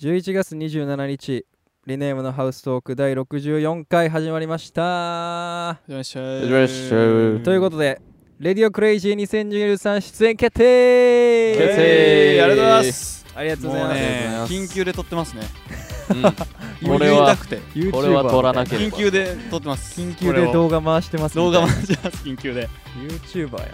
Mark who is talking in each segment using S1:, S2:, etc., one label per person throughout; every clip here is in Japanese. S1: 11月27日リネームのハウストーク第64回始まりました
S2: いらっしゃ
S3: いらっしゃい
S1: ということで「レディオクレイジー2023」出演決定
S3: 決
S2: え
S3: 定
S2: ーありがとうございます
S1: ありがとうござい
S2: もう
S1: ます、
S2: ね
S3: ありがとうございます
S2: 緊急で撮ってますね
S3: うんこれ
S2: 言いた
S3: は
S2: くて
S1: YouTuber
S3: これは取らなけれ
S2: 緊
S3: ば
S2: 急で撮ってます
S1: 緊急で動画回してます
S2: 動画
S1: み
S2: も
S1: たい
S2: じゃます緊急で
S1: な YouTuber や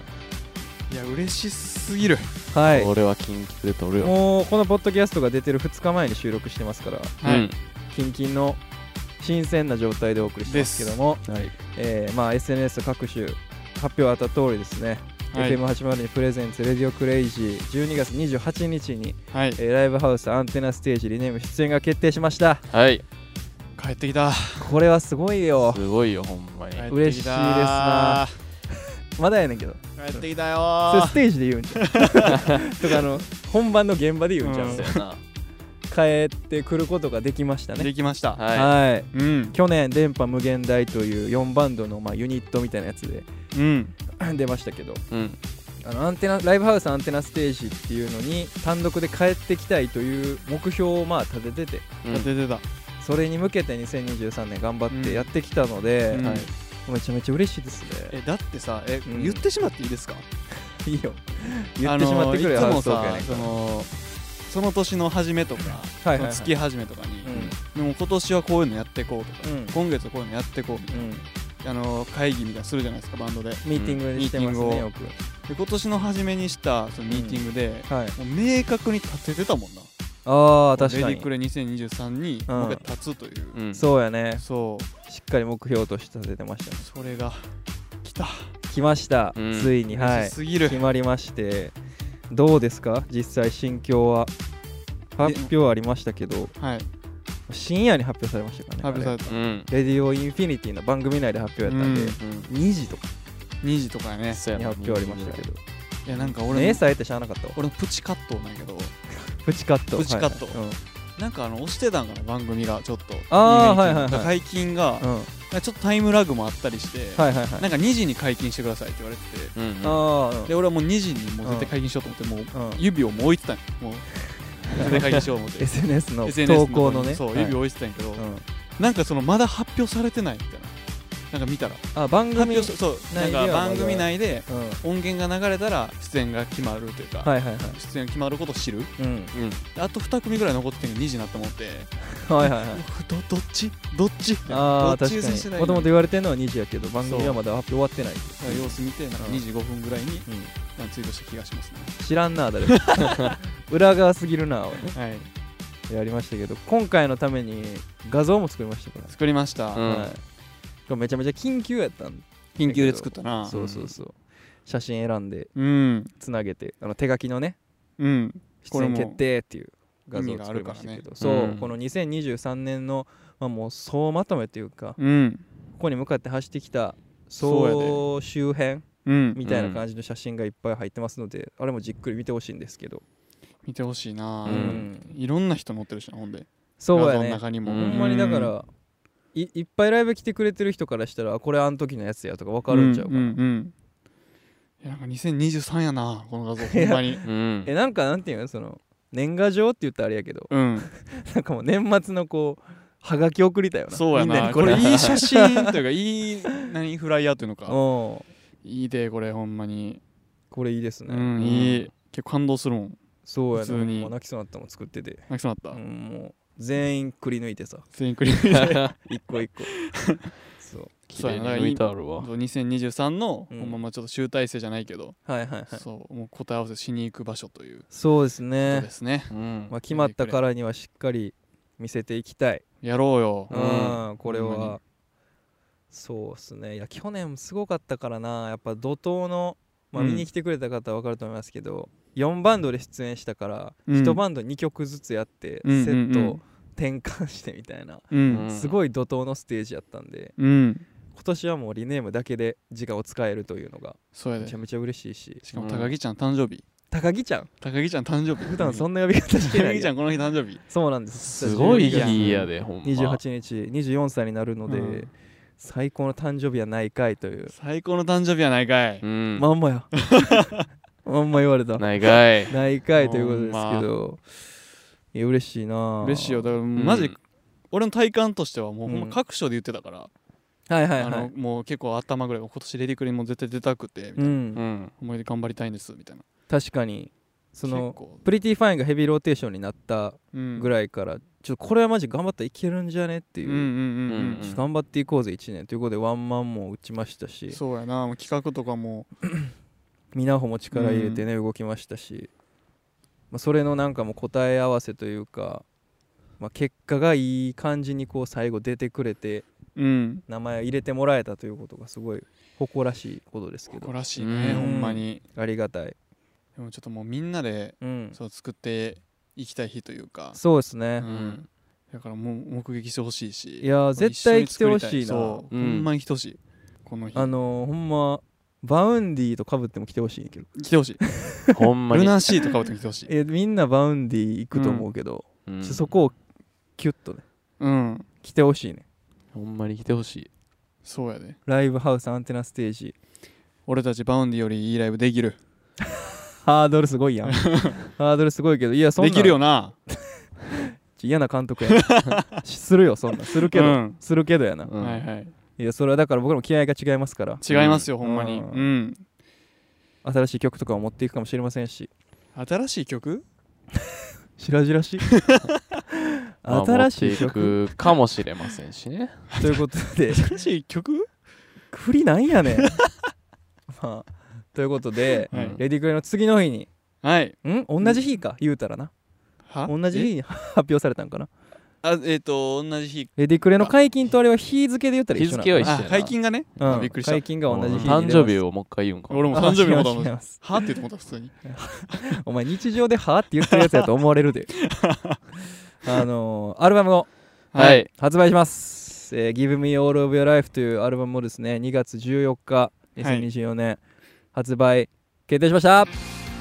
S2: いや嬉しすぎる
S1: なはい
S3: これは緊急で取るよ
S1: もうこのポッドキャストが出てる2日前に収録してますから
S2: はい
S3: うん
S1: キンキンの新鮮な状態でお送りしてますけども、
S3: はい
S1: えーまあ、SNS 各種発表あった通りですね、
S2: はい
S1: FM802 プレゼンツレディオクレイジー12月28日に、
S2: はい
S1: えーライブハウスアンテナステージリネーム出演が決定しました
S3: はい
S2: 帰ってきた
S1: これはすごいよ
S3: すごいよほんまに
S2: 帰ってきた
S1: 嬉しいですなまだやねんけど
S2: 帰ってきたよ
S1: それ
S2: ー
S1: ステージで言うんじゃんとかあの本番の現場で言うんじゃん、
S2: うん
S3: そうやな
S1: 帰ってくることができましたね
S2: できました
S3: は
S1: はい
S2: うん
S1: 去年電波無限大という4バンドのまあユニットみたいなやつで
S2: うん
S1: 出ましたけど
S3: いうん
S1: あのアンテナライブハウスアンテナステージっていうのに単独で帰ってきたいという目標をまあ立ててて
S3: う
S2: 出
S3: ん
S2: てた
S1: それに向けて2023年頑張って
S2: うん
S1: やってきたので、
S2: うん
S3: はい
S1: めちゃめちゃ嬉しいですね
S2: えだってさえ
S1: うん
S2: 言ってしまっていいですか
S1: いいよ言ってしまってくれよ
S2: あのー
S1: ハウ
S2: いつも
S1: ストークや
S2: さ
S1: ねんか
S2: そのその年の初めとか
S1: はい
S2: そ
S1: はい
S2: の
S1: はい
S2: 月始めとかに
S1: うん
S2: でも今年はこういうのやっていこうとか、
S1: うん
S2: 今月はこういうのやっていこうみたい
S1: うん
S2: な、あの会議みたいなのするじゃないですかバンドでで
S1: ミーティングしてますね
S2: ミーティングを
S1: よく
S2: 今年の初めにしたそのミーティングで、
S1: はい
S2: もう明確に立ててたもんな
S1: ああ確か
S2: レディクレ
S1: に
S2: 2023に
S1: うん
S2: もう一回立つという、
S3: うん
S1: そうやね
S2: そう
S1: しっかり目標として立ててましたね
S2: それが来た
S1: 来ました、
S3: うん
S1: ついには
S2: 嬉
S1: い
S2: しすぎる、
S1: 決まりましてどうですか実際心境は発表ありましたけど
S2: はい
S1: 深夜に発表されましたからね
S2: 発表さ
S1: あ
S2: れた
S3: うん
S1: れレディオインフィニティの番組内で発表やったんで、
S2: うん
S3: うん
S1: 2時とか
S2: 2時とかやね
S3: そうや
S1: に
S3: な
S1: 発表ありましたけど
S2: いやなんか俺
S1: 目
S2: の
S1: さえてしゃあなかったわ
S2: 俺のプチカットなんやけど
S1: プチカット
S2: プチカット
S1: はいはい
S2: なんかあの押してたんかな番組がちょっと
S1: あー
S2: 2年間
S1: はいはいはい
S2: 解禁が、
S1: うんうん
S2: なんかちょっとタイムラグもあったりして、
S1: はいはいはい
S2: なんか2時に解禁してくださいって言われてて
S3: うんうん
S1: あ
S2: で俺はもう2時にもう絶対解禁しようと思って、もう
S1: あ、うんうん、
S2: 指をもう置いてたんよもう 絶対解禁しよう思って
S1: SNS の投
S2: SNS
S1: 稿のね
S2: そう、
S1: はい
S2: 指を置いてたんやけど、
S1: うん
S2: なんかそのまだ発表されてないみたいななんか見たら
S1: あ番
S2: 発
S1: 組
S2: 表しそうな
S1: 内
S2: ん
S1: では
S2: か番組内で
S1: うんはい
S2: 音源が流れたら出演が決まるというか、
S1: はいはい
S2: 出演が決まることを知る
S1: うん
S3: うん
S2: であと2組ぐらい残ってんの2時になって思って
S1: はい はいはい
S2: どどっちどっち
S1: ああ
S2: どっち優
S1: 確か
S2: 先して
S1: に
S2: ない
S1: もともと言われてるのは2時やけど番組はまだ発表終わってない
S2: なんか様子見てなんか
S1: うん
S2: 25分ぐらいに
S1: うん
S2: なんかツイートした気がしますね
S1: 知らんな誰も 裏側すぎるなおい
S2: はい
S1: やりましたけど今回のために画像も作りましたから、
S2: 作りました、
S3: うん
S1: はい、これめちゃめちゃ緊急やったん
S2: 緊急で作ったな
S1: そうそうそう写真選んで
S2: うん
S1: つなげてあの手書きのね
S2: うんこ
S1: 出
S2: れ
S1: 演
S2: も
S1: 決定っていう画像を作りました
S2: 意味があ
S1: け
S2: る
S1: ど、
S2: からね
S1: そう、
S3: うん
S1: この2023年の、まあ、もう総まとめというか
S2: うん
S1: ここに向かって走ってきた
S2: そ
S1: 総周辺
S2: うん
S1: みたいな感じの写真がいっぱい入ってますので、あれもじっくり見てほしいんですけど、
S2: 見てほしいな、
S3: う
S1: うんん
S2: いろんな人乗ってるしなほんで
S1: そうや
S2: 画像の
S1: ね
S2: 中にも、
S3: うん
S1: ほんまにだから、いいっぱいライブ来てくれてる人からしたらあこれあん時のやつやとか分かるんちゃうかな、
S2: んんんいやなんか2023やなこの画像ほんまに
S3: うん
S1: えなんかなんていうのその年賀状って言ったらあれやけど
S2: うん
S1: なんかもう年末のこうはがき送りたよな
S2: そうや
S1: みんな
S2: な
S1: に
S2: こ
S1: これ
S2: れいい写真というかいい何フライヤーというのか
S1: お
S2: いいでこれほんまに
S1: これいいですね、
S2: うんいい結構感動するもん
S1: そうや
S2: 普通
S1: な、
S2: に
S1: もう泣きそうになったもん作ってて、
S2: 泣きそうにな
S1: う
S2: った、
S1: ん、もう全員くり抜いてさ
S2: 全員クリアで
S1: 一個 一個そう
S3: 綺麗に抜いてあるわ
S2: 2023の、
S1: うん
S2: ほんままあちょっと集大成じゃないけど、
S1: はいはいはい
S2: そうもう答え合わせしに行く場所というこ
S1: そうです
S2: と
S1: ね
S2: ですね
S3: うん
S1: まあ、決まったからにはしっかり見せていきたい
S2: やろうよ、
S1: うん、これ
S2: ほんま
S1: は
S2: に
S1: そうですねいや去年すごかったからなやっぱ怒涛の、まあ、
S2: うん
S1: 見に来てくれた方は分かると思いますけど、4バンドで出演したから、
S2: うん
S1: 1バンド2曲ずつやって、
S2: うんうんうん
S1: セットを転換してみたいな、
S2: う
S3: うん
S2: ん
S1: すごい怒涛のステージやったんで
S2: うん
S1: 今年はもうリネームだけで時間を使えるというのが
S2: そうや
S1: め
S2: で
S1: ちゃめちゃ嬉しいし
S2: しかも高木ちゃん誕生日
S1: 高木ちゃん
S2: 高木ちゃん誕生日
S1: 普段そ
S2: なん
S1: な呼び方してな
S2: 高
S1: い
S2: 木ちゃ
S1: やん
S2: んこの日誕 生日
S1: そうなんです
S3: すごい
S2: やん
S3: 日やでほんま
S1: 28日24歳になるので、
S2: うん
S1: 最高の誕生日はないかいという、
S2: 最高の誕生日やないかい
S3: うん
S1: まんまや まんま言われた
S3: ないかい
S1: ないかいということですけど、いいや嬉しいな
S2: 嬉しいよだから
S3: うん
S2: マジ、俺の体感としてはもう、
S1: うん
S2: ほんま各所で言ってたから、
S1: はいはいは
S2: あの
S1: い
S2: もう結構頭ぐらい今年レディクリにも絶対出たくて、
S1: う
S3: うんん
S2: 思い出頑張りたいんですみたいな
S1: 確かにその
S2: 結構、
S1: プリティファインがヘビーローテーションになった
S2: うん、
S1: ぐ
S2: いっ
S1: らいからちょっとこれはマジ頑張ったらいけるんじゃねって
S2: て
S1: い、
S2: いうう,、んうんうんう
S3: う
S2: んん
S1: ちょっと頑張っていこうぜ1年ということでワンマンも打ちましたし
S2: そうやなもう企画とかも
S1: ミナホも力入れてね、動きましたし、まあ、それのなんかもう答え合わせというか、まあ、結果がいい感じにこう最後出てくれて
S2: うん
S1: 名前を入れてもらえたということがすごい誇らしいことですけ
S2: こ
S1: ど
S2: こらしいね、
S3: うん
S2: ほんまに
S1: ありがたい、
S2: でもちょっともうみんなで
S1: うん、
S2: そう作っていきたい日というか
S1: そうです
S2: う
S1: ね、
S2: んだからもう目撃してほしいし
S1: いやー
S2: これ
S1: 絶対来てほしい
S2: 一緒に作りた
S1: な
S2: そう、
S3: うん
S2: ほんまに来てほしいこの日
S1: あのー、ほんまバウンディとかぶっても来てほしいんやけど
S2: 来てほしい
S3: ほんま
S2: ル
S3: に
S2: ナーシーとかぶって来てほしい
S1: えみんなバウンディ行くと思うけど、
S3: うん
S1: ちょそこをキュッとね
S2: うん
S1: 来てほしいね
S3: ほんまに来てほしい
S2: そうやで
S1: ライブハウスアンテナステージ
S2: 俺たちバウンディよりいいライブできる
S1: ハードルすごいやんハードルすごいけどいやそんな
S2: で
S1: ん
S2: きるよな
S1: ち嫌な監督やなしするよそんなんするけど、
S2: うん
S1: するけどやな、
S3: うん
S2: はいはい
S1: いやそれはだから僕らも気合が違いますから
S2: 違いますよ、
S1: うん
S2: ほんまに
S1: う
S2: うんん
S1: 新しい曲とかを持っていくかもしれませんし
S2: 新しい曲
S1: 白々しい
S3: まあ
S1: 新しい
S3: 持って
S1: 曲
S3: いくかもしれませんしね
S1: ということで
S2: 新しい曲
S1: 振りなんやねんまあということで
S2: はい、
S3: うん
S1: レディクレの次の日に
S2: はい
S1: ん同じ日か言うたらな
S2: は
S1: 同じ
S2: え
S1: 日に発表されたんかな
S2: あえっ、と同じ日
S1: レディクレの解禁とあれは日付で言ったら
S3: 日
S1: 一緒な
S3: 付は一緒
S2: あ
S3: やな
S2: 解禁がね、
S1: うん
S2: あびっくりした
S1: 解禁が同じ日に
S3: 誕生 日をもう一回言うんか
S2: 俺
S1: 出
S2: も
S1: ます
S2: 誕生日のこと
S1: あ違い
S2: なの
S1: ます
S2: はって言ってもった普通に
S1: お前日常で「は?」って言ってるやつやと思われる であのーアルバムを
S3: は
S2: はい
S3: い
S1: 発売します、えー Give Me All of Your Life というアルバムもですね2月14日2024年、発売決定しましたあり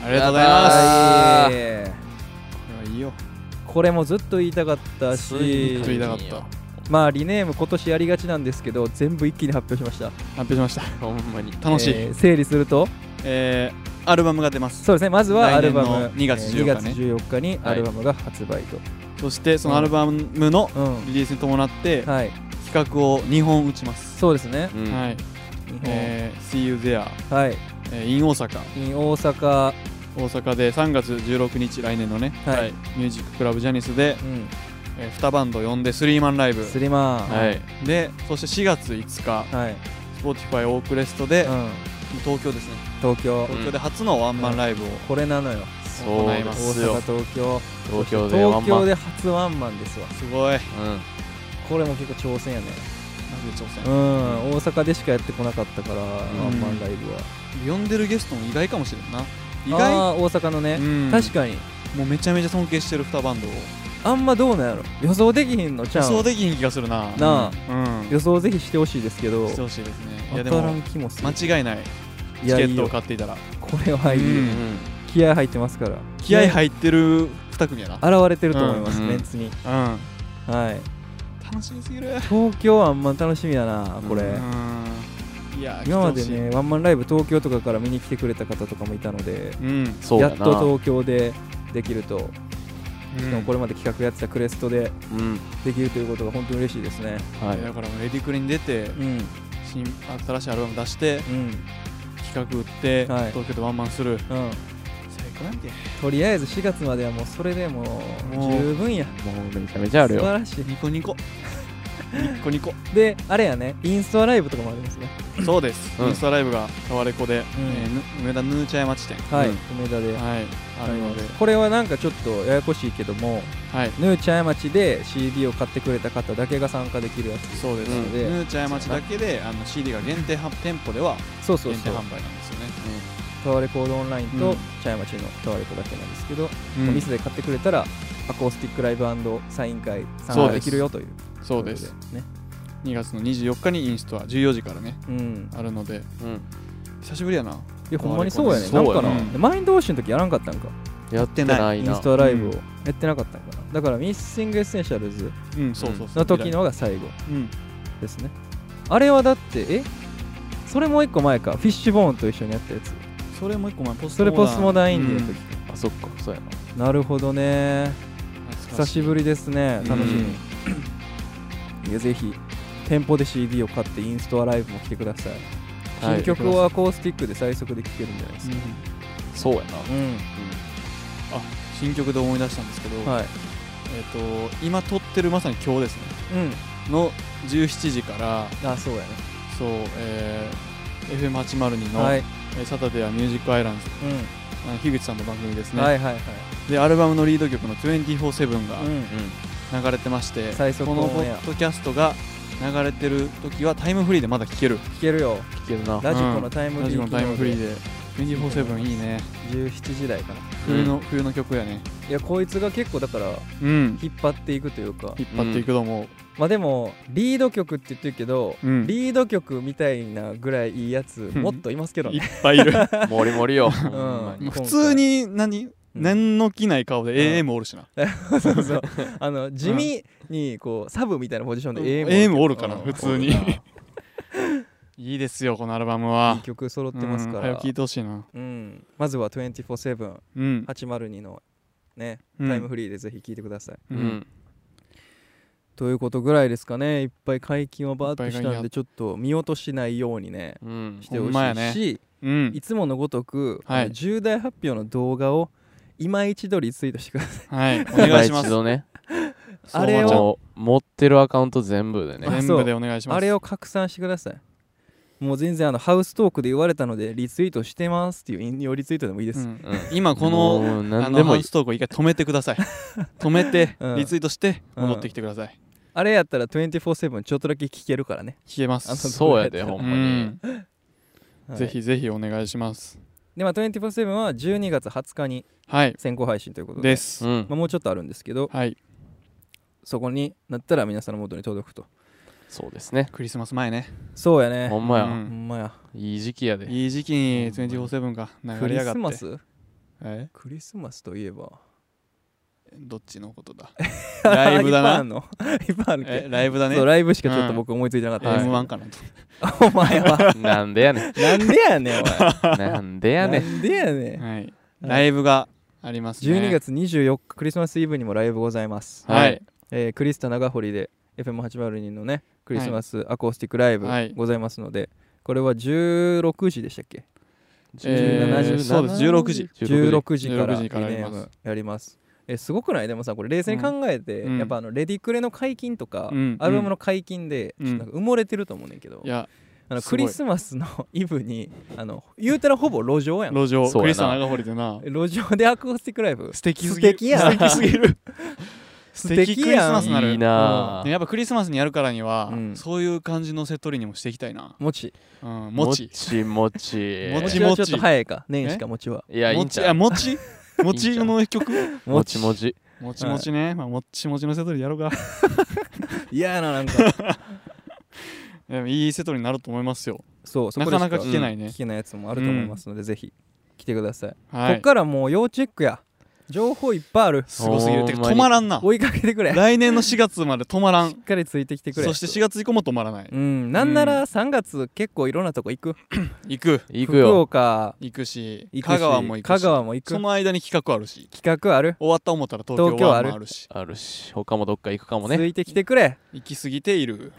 S2: ありがとうございます
S1: す
S2: いやいいよ
S1: これもずっと言いたかったし
S3: ついに
S2: ずっと言いたかった
S1: まあリネーム今年やりがちなんですけど全部一気に発表しました
S2: 発表しました
S3: ほんまに
S2: 楽しい、
S1: え
S2: え
S1: ー整理すると
S2: ーアルバムが出ます
S1: そうですねまずはアルバム
S2: 来年の2月14日ね
S1: えー2月14日にアルバムが発売と、
S2: そしてそのアルバムの
S1: うん
S2: リリースに伴って
S1: はい
S2: 企画を2本打ちます、
S1: そうですね
S3: うん
S2: はい、
S1: 日本、
S2: えー、See You There、
S1: はい
S2: えー、in 大阪
S1: in 大阪
S2: 大阪で3月16日来年のね、
S1: はい
S2: ミュージッククラブジャニスで、
S1: うん
S2: え2バンド呼んでスリーマンライブ
S1: スリマン
S3: はい
S2: でそして4月5日
S1: はい、
S2: Spotify オークレストで、
S1: うん、
S2: 東京ですね
S1: 東京
S2: 東京で初のワンマンライブを
S1: これなのよ
S3: そう
S2: 行い
S3: で
S2: ま
S1: 大
S3: す
S1: 阪
S3: よ
S1: 東京
S3: 東京で
S1: 東
S3: ワンマン
S1: 京で初ワンマンですわ
S2: すごいマジ
S3: うん
S1: これも結構挑戦やね
S2: で挑戦
S1: うん、大阪でしかやってこなかったから、ワンマンライブは
S2: 呼んでるゲストも意外かもしれんな意外
S1: あー大阪のね、
S2: うん
S1: 確かに
S2: もうめちゃめちゃ尊敬してる2バンドを
S1: あんまどうなんやろ予想できひんのちゃ
S2: 予
S1: うん
S2: 想できひん気がするな
S1: なあ
S2: うん、
S1: 予想ぜひしてほしいですけど
S2: してほしいですねい
S1: 当
S2: やで
S1: たら
S2: も
S1: ん気もする
S2: 間違いな
S1: い
S2: いチケ
S1: やい
S2: ッ
S1: い
S2: トを
S1: よ
S2: 買っていたら
S1: これはいい、
S2: う
S3: うんん
S1: 気合入ってますから
S2: 気合入ってる2組やな
S1: 現れてると思います、
S3: うん
S1: メンツに
S2: うん
S1: はい
S2: 楽しみすぎる
S1: 東京はあんま楽しみだなこれ、
S2: うんいや
S1: 今ま
S2: 来て
S1: で
S2: ほしい
S1: ねワンマンライブ東京とかから見に来てくれた方とかもいたので
S2: うん
S3: そう
S1: や
S3: や
S1: っ
S3: な
S1: と東京でできると、しか
S2: う
S1: も
S2: ん
S1: これまで企画やってたクレストで
S3: うん
S1: できるということが本当に嬉しいですね
S3: は
S2: だ
S3: い
S2: からもうレディクレに出て
S1: うん
S2: 新新しいアルバム出して
S1: うん
S2: 企画売って
S1: はい
S2: 東京でワンマンする
S1: うん
S2: 最高なんて
S1: とりあえず4月まではもうそれでもう
S2: もう
S1: 十分や
S3: もうめちゃめちゃあ
S1: 素
S3: る
S1: 晴
S3: よ
S1: らしい
S2: ニコ ニコニコニコ
S1: であれやねインストアライブとかもありますね
S2: そうです
S3: うん
S2: インスタライブがタワレコでえーぬ梅田ヌーチャヤ町店
S1: はい、
S3: うん
S1: 梅田で、
S2: はいあるので
S1: これはなんかちょっとややこしいけども
S2: はい
S1: ヌーチャヤ町で CD を買ってくれた方だけが参加できるやつ
S2: そうです、
S3: うん
S2: ヌーチャヤ町だけであの CD が限定販店舗では
S1: そうそう
S2: 限定
S1: そう
S2: 販売なんですよね
S1: タワーレコードオンラインと、
S2: うん
S1: 茶屋町のタワーレコだけなんですけど、
S2: う
S1: お
S2: ん
S1: 店で買ってくれたらアコースティックライブサイン会参
S2: そう
S1: 加
S2: です
S1: できるよという
S2: そうです
S1: ことね
S2: 2月の24日にインストア14時からね
S1: うん
S2: あるので
S3: うんうん
S2: 久しぶりやない
S1: やほんまにそうやね
S3: そ
S1: な
S3: うんや
S1: か
S3: な
S1: な、マインドオーシュの時やらんかったんか
S3: やってない
S1: イ
S3: な
S1: ンストアライブをやってなかったんかな、だからミッシングエッセンシャルズ
S2: うんそうそうそう
S1: の時のが最後
S2: うん
S1: ですねあれはだってえそれもう一個前かフィッシュボーンと一緒にやったやつ
S2: それもう一個前ポス
S1: そ
S2: ト
S1: れ
S2: モダン
S1: ポスモダンインディの時
S2: うん
S1: か、
S3: あそっかそうやな
S1: なるほどね
S2: 懐
S1: 久しぶりですね楽し
S3: うん
S1: み、いやぜひ店舗で CD を買ってインストアライブも来てください
S3: はい
S1: 新曲をアコースティックで最速で聴けるんじゃないです
S2: うん
S1: か、
S3: そうやな、
S2: あ新曲で思い出したんですけど、
S1: はい、
S2: えっ、と今撮ってるまさに今日ですねの17時から
S1: うん、あそうやね
S2: そう、えー FM802 の、
S1: はい、
S2: えーサタデーはミュージックアイランズ
S1: う
S2: あの樋口さんの番組です
S1: ん
S2: ね、
S1: はいはいはい、
S2: でアルバムのリード曲の247が
S1: うん
S2: 流れてまして、
S1: 最速
S2: この
S1: オ
S2: ポ
S1: ンエア
S2: ッドキャストが流れてる時はタイムフリーでまだ聴ける
S1: 聞けるよ
S3: 聞けるな
S1: ラジコのタイム
S2: ラ
S1: フリ
S2: ジ
S1: ー
S2: コのタイムフリーで247いいね
S1: 17時台かな
S2: 冬の,、冬の曲やね
S1: いやこいつが結構だから
S2: うん
S1: 引っ張っていくというか
S2: 引っ張っていくと思う
S1: まあでもリード曲って言ってるけど、
S2: うん
S1: リード曲みたいなぐらいいいやつ
S2: ん
S1: もっといますけど
S2: いっ
S1: ね、
S2: ぱ いいる
S3: もりもり よ、
S1: ん
S3: ほんまに
S2: 普通に何
S1: うん
S2: 何の気ない顔で AM おるしな
S1: そうそう あの地味にこうサブみたいなポジションで AM,
S2: AM おるから
S1: うん
S2: 普通に いいですよこのアルバム
S1: いい
S2: は
S1: 曲揃ってますから、
S2: うん早く聴いてほしいな
S1: うん、まずは24780
S2: うん
S1: のねタイムフリーでぜひ聴いてください、
S3: う
S2: うん
S3: ん、
S1: ということぐらいですかねいっぱい解禁をバーっとし
S2: いっぱ
S1: た
S2: い
S1: ん
S2: 解禁
S1: で
S2: や
S1: ちょっと見落としないようにね
S3: うん
S1: してほ
S2: ほん
S1: し
S2: まや
S1: い
S2: ね
S1: し、
S2: うん
S1: いつものごとく、
S2: は
S1: あ
S2: い
S1: の重大発表の動画を今一度リツイートしてください
S2: はいお願いしま
S3: 今一
S2: す
S3: 度ね
S1: あれを
S3: もう持ってるアカウント全部でね
S1: あ
S2: 全
S1: そう
S2: 部でお願いします
S1: あれを拡散してくださいもう全然あのハウストークで言われたのでリツイートしてますっていう引用リツイートでもいいで
S2: う
S1: す、
S2: ん
S3: うん
S2: 今この
S3: もう
S2: あ
S3: 何で
S2: のハ
S3: もい
S2: ウ
S3: い
S2: ストークを一回止めてください 止めて
S1: うん
S2: リツイートして
S1: うん
S2: 戻ってきてください
S1: あれやったら247ちょっとだけ聞けるからね、
S2: 聞けま
S1: あの
S2: す
S3: そうやで
S1: ど
S3: ほ
S1: うん
S3: まに
S1: はい
S2: ぜひぜひお願いします
S1: でまあ247は12月20日に
S2: はい
S1: 先行配信ということで
S2: です
S3: うん
S1: まあ、もうちょっとあるんですけど
S2: はい
S1: そこになったら皆さんの元に届くと
S3: そうですね
S2: クリスマス前ね
S1: そうやね
S3: ほんまや、
S2: う
S1: ほんまや
S3: いい時期やで
S2: いい時期に247が
S1: ク
S2: 流れ
S1: リ
S2: やが
S1: ス
S2: って
S1: マス
S2: え
S1: クリスマスといえば
S2: どっちのことだライブだ
S1: いっぱいあん
S2: な
S1: の いっぱいある
S2: え
S1: け
S2: ライブだね
S1: そうライブしかちょっと
S2: うん
S1: 僕思いついてなかったんですけ
S2: m
S1: ど
S2: 1かなと
S1: お前 は
S3: なんでやねん
S1: なんでやねんおい
S3: なんでやねん
S1: なんでやねん
S2: はいライブがありますね
S1: 12月24日クリスマスイブにもライブございます、
S2: はい
S1: えークリスタ長堀で FM802 のねクリスマスアコースティックライブ
S2: はい
S1: ございますので、これは16時でしたっけ
S2: えー
S1: 17
S2: そうです16時
S1: 16時から
S2: 16時から
S1: リネーム
S2: やります
S1: やりますえすごくないでもさこれ冷静に考えて、
S2: うん
S1: やっぱあのレディクレの解禁とか、
S2: うん
S1: アルバムの解禁で、
S2: うん
S1: ちょっとなんか埋もれてると思うねんけど、
S2: いや
S1: あの
S2: す
S1: ク
S2: ごい
S1: リスマスのイブにあの言うたらほぼ路上やん
S2: 路上
S3: そうやな
S2: クリスタ長堀でな
S1: 路上でアコースティックライブ
S2: 素敵すぎる
S1: 素敵やん
S2: 素敵すぎ る素敵クリスマスなる
S3: いいなあ
S2: やっぱクリスマスにやるからには、
S1: うん
S2: そういう感じのセットリにもしていきたいな、
S1: もち
S2: うん、
S3: も
S2: 餅
S3: ちもち
S2: もち
S1: はちょっと早いか年始かもちはい
S3: やいいんち
S2: あ
S3: ゃう
S2: 餅
S3: いいんち
S2: 餅
S3: ゃう
S2: の曲
S3: もちもち
S2: もちもちね、まあ、もっちもちのセトリやろうか
S1: 嫌やななんか
S2: いやいいセトリになると思いますよ
S1: そうそこで
S2: な
S1: し
S2: かなか聞けないね
S1: うん聞けないやつもあると思いますので、ぜひ来てください、
S2: は
S1: こっ
S2: い
S1: からもう要チェックや情報いっぱいある
S2: すごすぎるてか
S3: ほんまに
S2: 止まらんな
S1: 追いかけてくれし
S2: 来年の4月まで止まらん
S1: っかりついてきてくれ
S2: そして4月以降も止まらない
S1: うんなんなら3月結構いろんなとこ行く
S2: 行く
S3: 行く
S1: 福
S3: よ
S1: 岡
S2: 行くし
S1: 行くし
S2: 香川も行くし
S1: 香川も行く
S2: その間に企画あるし
S1: 企画ある
S2: 終わった思ったら東京は
S1: 東京ある
S2: もあるし
S3: あるし他もどっか行くかも
S1: つ
S3: ね
S1: いてきてくれ
S2: 行き過ぎてい る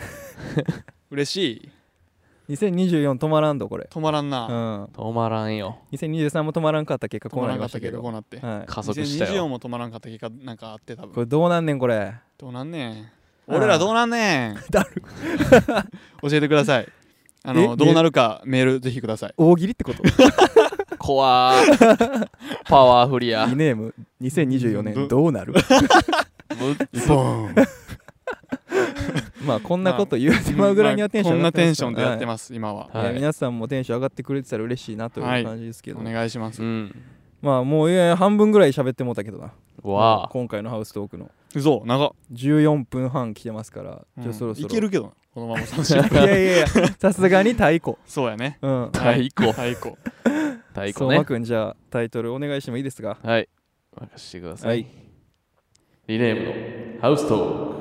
S2: 嬉しい
S1: 2024止まらんどこれ
S2: 止まらん
S1: う
S2: な、
S1: ん
S3: 止まらんよ
S1: 2023も止まらんかった結果こ
S2: 止
S1: う
S2: ま
S1: な
S2: らん
S1: りま
S2: かっ
S1: した
S2: た
S1: け
S2: けど
S1: ど
S2: こうなって、
S1: はい、
S3: 加速した
S2: 2024
S3: よ
S2: も止まらんかった結果なんかあって多
S1: こ
S2: 分
S1: れどうなんねんこれ
S2: どうなんねん
S1: あー
S2: 俺らどうなんねん
S1: だ
S2: 教えてくださいあ
S1: え
S2: のどうなるかメールぜひください
S1: 大喜利ってこと
S3: 怖ー パワーフリア
S1: リネーム2024年どうな る
S3: む
S2: ボーン
S1: まあこんなこと言うてまうぐらいにはテンション上
S2: こ
S1: が
S2: んな
S1: って
S2: テ
S1: ま
S2: ン
S1: すか
S2: シ
S1: ら
S2: ョンでやって
S1: はい
S2: ます今は
S3: はい
S1: いや皆さんもテンション上がってくれてたら嬉しいなという
S2: はい
S1: 感じですけど、
S2: お願いします
S3: うん
S1: まあもういや半分ぐらい喋ってもうたけどな
S3: わあ
S1: 今回のハウストークの
S2: うそ長っ
S1: 14分半来てますから、
S2: う
S1: じゃあ
S2: ん
S1: そろそろ
S2: いけるけどなこのまま楽し
S1: いやいやいやさすがに太鼓
S2: そうやね
S1: うん
S3: 太鼓
S2: 太鼓
S3: 太
S1: 相
S3: 鼓
S1: 馬
S3: ね
S1: くんじゃあタイトルお願いしてもいいですか
S3: はい任してくださ
S1: はい
S3: いリネームのハウストーク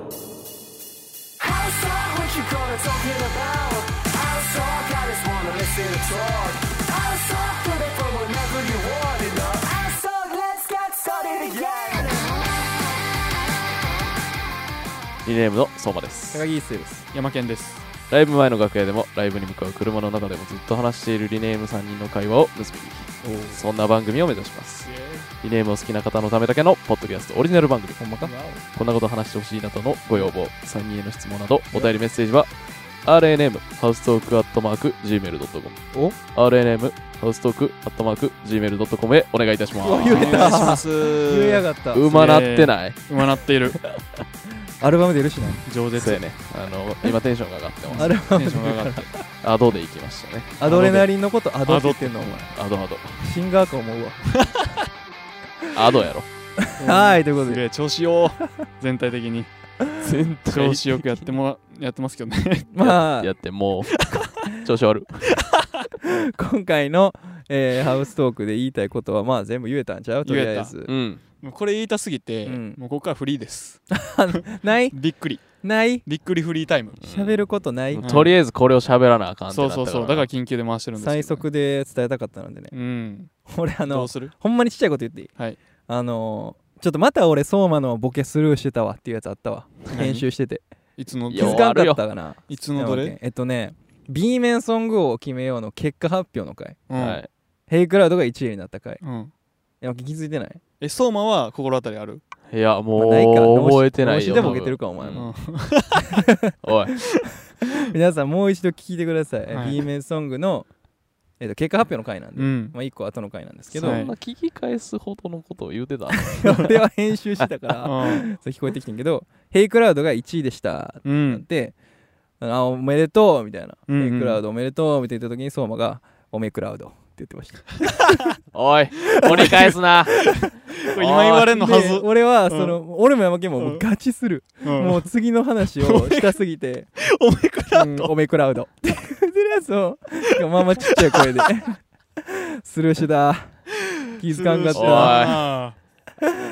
S4: How soft what you gonna talking about? How soft I just wanna listen to talk. How soft put it from whenever you want it. How soft let's get started again.
S3: リネームの相馬です
S1: 高木一生です
S2: 山県です
S3: ライブ前の楽屋でもライブに向かう車の中でもずっと話しているリネーム3人の会話を盗み聞きそんな番組を目指しますリネームを好きな方のためだけのポッドキャストオリジナル番組
S1: ほんまか
S3: こんなこと話してほしいなどのご要望3人への質問などお便りメッセージは RNM ハウストークアットマーク Gmail.com
S1: お
S3: RNM ハウストークアットマーク Gmail.com へお願いいたしま
S1: わ
S3: す
S1: 言え
S2: お願いします
S1: 言えやがった
S3: うまなってない
S2: 今なっている
S1: アルバム出るしな
S2: 饒舌
S3: そうやねあの今テンションが上がってます
S1: アルバ
S2: テンションが上がって
S3: アドで行きましたね
S1: アドレナリンのことアドって言ってんのお前
S3: アドアド
S1: シンガーか思うわ
S3: アドやろ
S1: はいということ
S2: す
S1: で
S2: げえ調子 よ全体的に
S3: 全
S2: 調子よくやってもやってますけどね
S1: まあ
S3: やってもう調子悪い
S1: 今回の、えーハウストークで言いたいことはまあ全部言えたんちゃうとりあえず
S3: うん
S2: もうこれ言いたすぎて、
S1: うん
S2: もうここからフリーです
S1: ない
S2: びっくり
S1: ない
S2: びっくりフリータイム
S1: 喋ることない、
S3: もうとりあえずこれを喋らなあかんって
S2: そ
S3: な
S2: う
S3: った
S2: そ
S3: から
S2: うそうだから緊急で回してるんですけど
S1: 最速で伝えたかったのでね
S2: うん
S1: 俺あ
S2: どう
S1: の
S2: する
S1: ほんまにちっちゃいこと言っていい、
S2: はい
S1: あのーちょっとまた俺相馬のボケスルーしてたわっていうやつあったわ編集してて
S2: いつの
S3: い
S1: 気
S3: や
S1: づかんかったかない
S2: つのど
S1: 山
S2: れ
S1: 県えっとね B 面ソングを決めようの結果発表の回
S2: うん、
S3: はい
S1: ヘイクラウドが1位になった回
S2: うん、
S1: 山県気づいてない
S2: え相馬は心当たりある、
S3: いやも
S1: まあないか
S3: う覚えてないよ
S1: 脳死でも受けてるかお前
S3: う
S2: うんん
S3: おい
S1: 皆さんもう一度聞いてください、え
S2: はい
S1: B 面ソングの、えっと、結果発表の回なんで、
S2: うん
S1: まあ、1個後の回なんですけ
S3: そ
S1: ど、
S2: はい
S3: んな聞き返すほどのことを言うてた
S1: 俺は編集してた からそう聞こえてきてんけど「ヘイクラウドが1位でした」って
S2: う
S1: なっ
S2: ん、
S1: て「あおめでとう」みたいな「
S2: うんうん
S1: ヘイクラウドおめでとう」みたいな時に相馬が「おめクラウド」って言ってま した
S3: おい折り返すな
S2: これ 今言われんのはず
S1: で、俺はその、俺も山県ももうガチする、
S2: うん
S1: もう次の話をしたす ぎて
S2: おめく
S1: 「うんおめクラウド」って言ってるやつをまあまあちっちゃい 声で「スルーしてた気づかんかっ
S3: スルーした
S1: た」
S2: か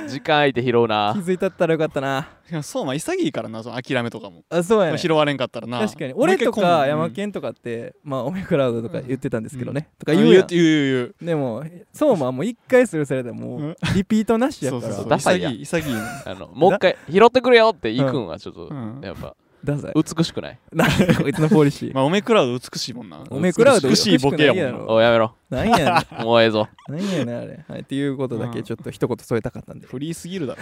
S3: 時間空いて拾う
S1: 気
S3: な
S1: づいたったらよかったな
S2: った相馬潔いからなその諦めとかも、
S1: あそうやね
S2: 拾われんかったらな
S1: 確かに俺とか山
S2: 県
S1: 県とかって、まあオメクラウドとか言ってたんですけどね、とか
S2: 言
S1: 言
S2: う
S1: うや
S2: 言うん言う言う
S1: でも相馬はもう一回するされたらも
S2: う
S1: うんリピートなしや
S2: そ
S1: か
S2: うそ
S1: ら
S2: うそう
S3: ダサいや
S2: 潔い潔いね
S3: あのもう一回拾ってくれよって行くんはちょっと
S2: うん
S3: やっぱ
S1: ダサい
S3: 美しくない
S1: なんかこいつのポリシー、
S2: まあ、オメクラウド美しいもんな。
S1: オメクラウド
S2: 美しいボケやもん
S1: 美
S2: な
S1: しくない
S3: おいやめろ
S1: なんやねん
S3: もうええぞ
S1: なんやねんあれ、はい、っていうことだけちょっと一言添えたかったんで、
S2: フリーすぎるだろ。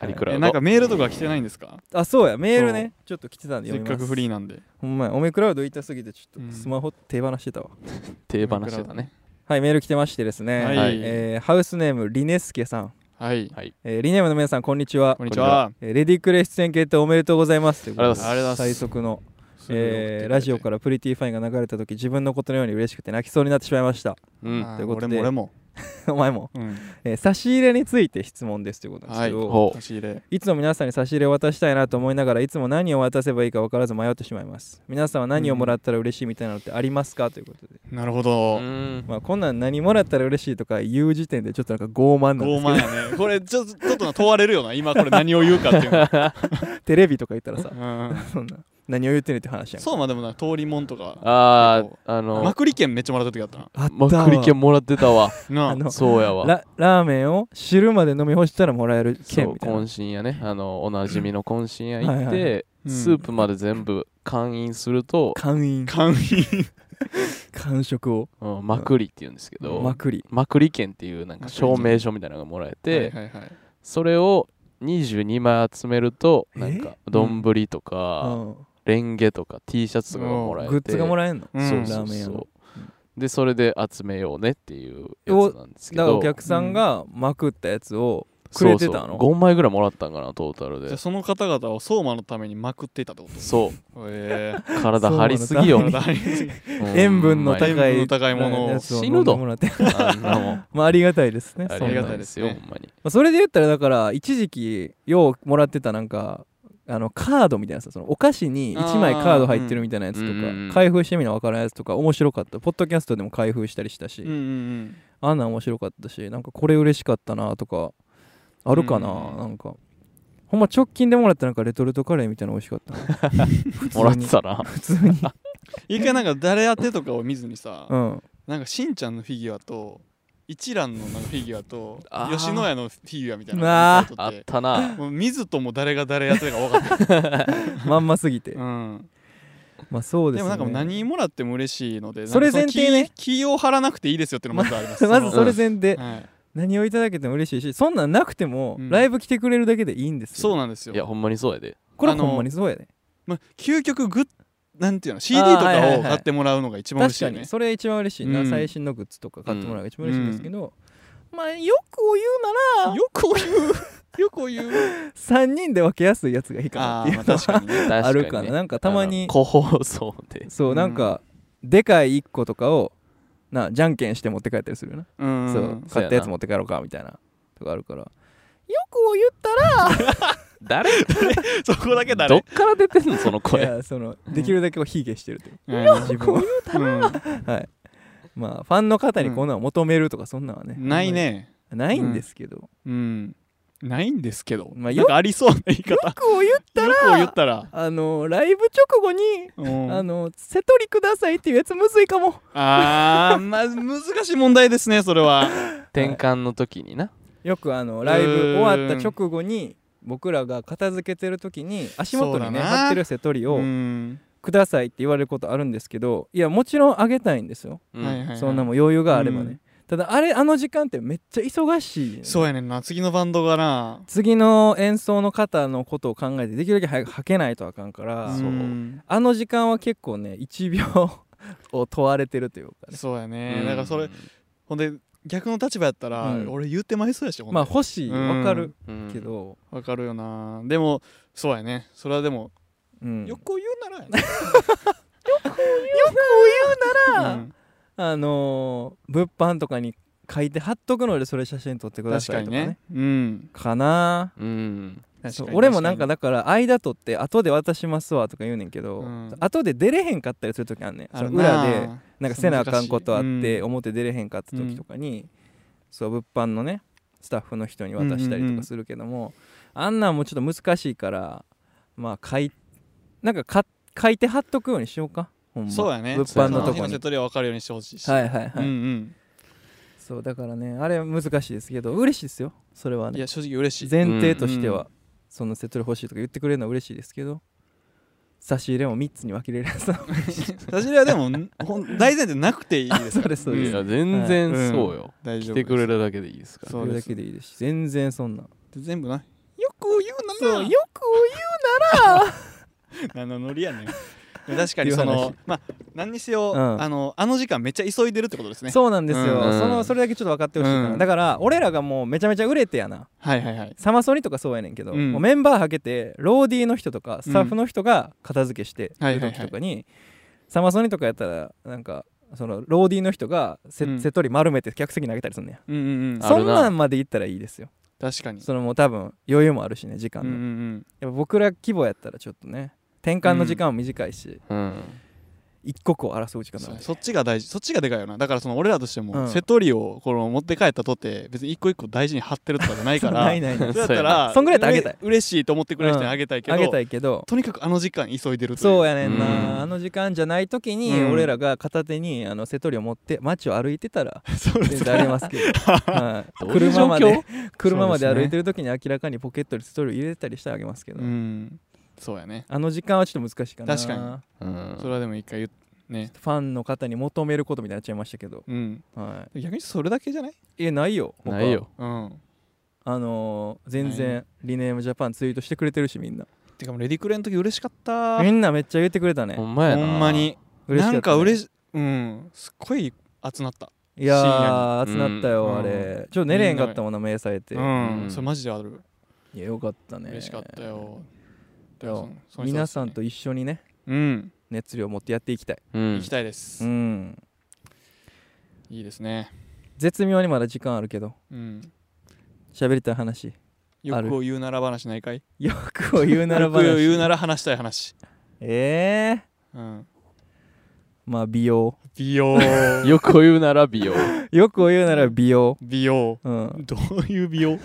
S3: アリクラ
S2: え、
S3: ウ
S2: なん
S3: ド
S2: かメールとか来てないんですか
S1: あそうやメールねちょっと来てたんで
S2: せっ
S1: 読み
S2: か
S1: ます
S2: くフリーなんで。
S1: ほんまやオメクラウド言いたすぎてちょっ
S2: うん
S1: とスマホ手放してたわ、
S3: 手放してたね
S1: はいメール来てましてですね、
S2: はい
S3: はい
S1: えーハウスネームリネスケさん、
S2: はい。
S1: えーリネームの皆さんこんにちは
S2: こんにちは。
S1: えーレディクレ出演決定おめでとうございますということで
S3: ありがとうございます
S1: 最速の、えーラジオからプリティファインが流れた時自分のことのように嬉しくて泣きそうになってしまいました
S3: う
S2: うんん。
S1: ということで
S2: 俺も俺も。
S1: お前も、
S2: うん。
S1: えー差し入れについて質問ですということなんですけど、
S3: ほう
S2: 差し入れ。
S1: い、つも皆さんに差し入れを渡したいなと思いながらいつも何を渡せばいいか分からず迷ってしまいます皆さんは何をもらったら嬉しいみたいなのってありますかということで、
S2: なるほ
S3: う
S2: ど。
S3: ん
S1: まあ、こんなん何もらったら嬉しいとか言う時点でちょっとなんか傲慢なんで
S2: 傲
S1: すけ
S2: 慢やね。これちょ、ちょっとな問われるよな。今これ何を言うかっていうの。
S1: どテレビとか言ったらさ
S2: うん
S1: そんな何を言ってんねんって話やんか
S2: そうまあでもな、通りもんとか。
S3: あー
S2: マ
S3: あの
S2: クリ券めっちゃもらった時あったな。
S1: あ
S3: ま
S1: わ
S3: くり券もらってたわ
S1: あ
S2: な
S1: の
S3: そうやわ
S1: ララーメンを汁まで飲み干したらもらえる
S3: そ
S1: 券
S3: う
S1: みたいな
S3: 懇親やねあのおなじみの懇親や行っ
S1: はいはい
S3: て
S2: うん
S3: スープまで全部勘飲すると、
S1: 勘
S2: あ。
S1: 印
S2: 缶
S1: 完食を
S3: うん、まくりっていうんですけど、
S1: まくり
S3: まくり券っていうなんか証明書みたいなのがもらえて、
S2: はいはいはい。
S3: それを22枚集めると
S1: え
S3: なんか丼とか、
S1: グ
S3: レンゲとか T シャツとかがもらえて
S1: ッズがもらえんの
S2: うん
S3: そうそ
S1: ラ
S3: う
S1: ーメン屋
S3: そ
S1: の
S3: うでそれで集めようねっていうやつなんですけ
S1: だから
S3: ど
S1: お客さんがまくったやつをくれてたの
S3: 5枚ぐらいもらったんかなトータル
S2: じゃあ
S3: で
S2: その方々を相馬のためにまくっていたってこ
S3: そう
S2: とええ。
S3: 体張りす ぎ よ
S1: そう
S2: 体に
S3: うん
S1: 塩分の高
S2: 塩分
S1: い
S2: の高いものを
S1: やつを
S3: 死ぬど
S1: 飲んでもらって
S3: あんなもん
S1: まあありがたいですね
S3: あ
S1: そんな
S3: り
S1: ん
S3: が
S1: ま
S3: たいですよ、
S2: そうなんですね
S3: ほんまに。
S1: あそれで言ったらだから一時期ようもらってたなんかあのカードみたいなさそのお菓子に1枚カード入ってるみたいなやつ
S3: あーうんうんうん
S1: とか開封してみな分からんやつとか面白かったポッドキャストでも開封したりしたし、
S2: うんうんうん。
S1: あんなん面白かったしなんかこれ嬉しかったなとかあるかな、
S2: うん
S1: なんかほんま直近でもらったなんかレトルトカレーみたいなの美味しかった な普通に
S3: もらってたな。
S1: 普通に
S2: 一回なんか誰宛てとかを見ずにさ、
S1: うん
S2: なんかしんちゃんのフィギュアと一蘭のなんかフィギュアと
S3: あー
S2: 吉野家のフィギュアみたいう
S1: わ
S2: な
S1: ー
S2: のが
S3: あっ
S2: 取って
S3: たな
S2: もう水とも誰が誰やってるか分かってない、
S1: まんますぎて、
S2: うん、
S1: まあそうで
S2: です
S1: ね
S2: もなんかもう何もらっても嬉しいので
S1: それ前提ね
S2: なんかその気気を張らなくていいですよっていうのまずありま す
S1: まずそれ前提、
S2: のはい、
S1: 何をいただけても嬉しいしそんなんなくても、
S2: うん
S1: ライブ来てくれるだけでいいんですよ
S2: そうなんですよ
S3: いやほんまにそうやで
S1: これ
S2: あの
S1: ほんまにそうやで、
S2: まあ、究極グッなんていうの CD と
S1: あー
S2: か
S1: はいはいはい
S2: を買ってもらうのが一番
S1: 確
S2: 嬉しいよ
S1: か
S2: ね
S1: にそれ一番嬉しいな、
S2: うん
S1: 最新のグッズとか買ってもらうのが一番嬉しいんですけど、まあよくを言うなら
S2: よく言う よく言う
S1: 3人で分けやすいやつがいいかなって
S2: あー
S1: いう
S2: まあ
S1: のは
S2: 確かにね
S3: 確かにね
S1: あるかななんかたまに
S3: あの個包装で
S1: そううんなんか、でかい1個とかをなじゃんけんして持って帰ったりするよな、
S2: うん
S1: そう
S3: そ
S1: 買
S3: うやな
S1: ったやつ持って帰ろうかみたいなとかあるからよくを言ったら
S3: 誰
S2: そこだけだ
S3: どっ
S2: ね
S3: から出てんのその
S1: い
S3: 声
S1: やそのできるだけを卑下してるという自分
S2: う
S1: は
S2: ん
S1: はいまあファンの方にこんなの求めるとかそんなんはね、
S2: うんないね
S1: ないんですけど、
S2: うんないんですけど、
S1: まあ
S2: なんかありそうな言い方よ
S1: よくを言ったら
S2: く言ったら、
S1: あのライブ直後に
S2: うん、
S1: あの「瀬取りください」っていうやつむずいかも
S2: あーまあ難しい問題ですねそれは
S3: 転換の時にな
S1: よくあのライブ
S2: うーん
S1: 終わった直後に僕らが片付けてる時に足元にね
S2: そうだな
S1: 貼ってる瀬取りを
S2: うん
S1: 「ください」って言われることあるんですけどいやもちろんあげたいんですよ、
S3: うん
S2: はいはいはい
S1: そんなもん余裕があればね、
S2: うん
S1: ただあれあの時間ってめっちゃ忙しい、ね、
S2: そうやねんな次のバンドがな
S1: 次の演奏の方のことを考えてできるだけ早くはけないとあかんから、
S3: そうん
S1: あの時間は結構ね1秒 を問われてるというかね
S2: そうやね、
S3: うん
S2: だからそれほんで逆の立場やったら、
S1: うん
S2: 俺言うてまいそうやしほん
S1: まあ
S2: で
S1: 欲しい
S2: うん
S1: わかる
S3: うん
S1: けど、
S2: わかるよなでもそうやねそれはでも、
S1: うん
S2: よく言うならや ねうん
S1: あのー物販とかに書いて貼っとくのでそれ写真撮ってくだ
S2: 確
S1: さ
S2: か
S1: い
S2: に
S1: とかね
S2: ねうん
S1: かな
S3: うん
S1: そ
S2: 確
S1: う
S2: かに
S1: 俺もなんか
S2: 確
S1: だから間取って後で渡しますわとか言うねんけど、
S2: うん
S1: 後で出れへんかったりする時あんねん
S2: かに
S1: その裏
S2: ある
S1: で
S2: な
S1: なんかせなあかんことあっ
S2: 難しい
S1: て
S2: う
S1: 表出れへんかった時とかに、そう物販のねスタッフの人に渡したりとかするけども、あんなんもちょっと難しいからまあ書いなんかか書いて貼っとくようにしようかほんま
S2: そうやね
S1: 物販の
S3: そうやな
S1: とこ
S2: そ日
S1: に
S2: 瀬戸りは分かるようにしてほしいし、
S1: はいはいはい、
S2: うんうん
S1: そうだからねあれ難しいですけど嬉しいですよそれはいね
S2: や正直嬉しい
S1: 前提としては、
S2: うん
S1: そのセトル欲しいとか言ってくれるのは嬉しいですけど差し入れも3つに分けれるや つ
S2: 差し入れはでもんほん大前提なくていいで
S1: そ
S2: す
S1: う
S2: から
S1: ですそう
S3: い
S1: です、
S3: や全然そうよ
S2: 大丈
S3: 来
S2: 夫
S3: てくれ
S2: る
S3: るだけでいいですから
S1: そ
S2: そう
S1: れ
S2: で
S1: だ
S2: す
S1: けでいいですし全然そんな
S2: 全部なよく言うなら
S1: よく
S2: あのノリやねん確かにそ
S1: っていう
S2: の
S1: 話
S2: まあ何にせよ、
S1: うん
S2: あのあの時間めっちゃ急いでるってことですね
S1: そうなんですよ、
S3: うん
S1: そのそれだけちょっと分かってほしいかな、
S2: うん
S1: だから俺らがもうめちゃめちゃ売れてやな
S2: はいはいはい
S1: サマソニとかそうやねんけど、
S2: うん
S1: もうメンバーはけてローディーの人とかスタッフの人が片付けして
S2: はい
S1: る
S2: はいはい
S1: 時とかに、サマソニとかやったらなんかそのローディーの人がせ,、
S2: うん
S1: せっとり丸めて客席投げたりすんねん
S2: うんうんうん
S3: あ
S1: そ
S3: る
S1: ん
S3: な
S1: なんまで行ったらいいですよ
S2: 確かに
S1: そのもう多分余裕もあるしね時間
S2: うん
S1: の、
S2: うんうん
S1: やっぱ僕ら規模やったらちょっとね転換の時間も短いし、
S3: うん
S1: 一刻を争う時間だ
S2: そ
S1: か
S2: う
S1: ら
S2: そっちが大事そっちがでかいよなだからその俺らとしても、
S1: うん
S2: 瀬戸利をこの持って帰ったとって別に一個一個大事に貼ってるとかじゃないから
S1: ないないない
S2: そうやった
S3: そうや
S2: ら
S1: そんぐらいやったらあげたいう
S2: れ嬉しいと思ってくれる人にあげ たいけ
S1: あ
S2: ど、
S1: げたいけど
S2: とにかくあの時間急いでるという
S1: そうやねんな、
S3: うん
S1: あの時間じゃない時に
S2: うん
S1: 俺らが片手にあの瀬戸りを持って街を歩いてたら
S2: そうで
S1: 全
S2: す
S1: 然あり ますけど、はい
S3: どういう
S1: 車
S3: 状況
S1: まで車まで
S2: そうですね
S1: 歩いてる時に明らかにポケットに瀬戸りを入れてたりしてあげますけど、
S2: うんそうやね
S1: あの時間はちょっと難しいかな
S2: 確かに
S3: うん
S2: それはでも一回言うね
S1: ファンの方に求めることみたいになっちゃいましたけど、
S2: うん
S1: は
S2: 逆にそれだけじゃない
S1: い、えないよ他
S3: ないよ
S2: うん
S1: あのー全
S2: ない
S1: 然リネームジャパンツイートしてくれてるしみんな
S2: てかもうレディクレの時嬉しかった
S1: みんなめっちゃ言ってくれたね
S3: ほんまや
S2: ほ
S3: なん
S2: まに
S1: 嬉しかった、ね、
S2: なんか嬉しうんすっごい熱なった
S1: いや
S2: 深
S1: ー
S3: 夜
S1: 熱
S3: に
S1: なったよ、
S2: うん
S1: あれちょっと寝れへんかったもんな目さえて、
S2: うん、
S3: うん
S2: それマジである
S1: いやよかったね
S2: 嬉しかったよ
S1: いや皆さんと一緒にね
S2: うん
S1: 熱量を持ってやっていきたい
S3: うん
S2: 行きたいで
S1: う
S2: す、
S1: ん
S2: いいですね
S1: 絶妙にまだ時間あるけど
S2: うん
S1: 喋りたい 話あ
S2: よ
S1: る
S2: くを言うなら話ないかい
S1: よくを言うなら
S2: よくを言う
S1: 話
S2: なら話したい話
S1: ええ
S2: うん
S1: まあ美容
S2: 美容
S3: よく言うなら美 容
S1: よくを言うなら美容
S2: 美容
S1: うん
S2: どういう美容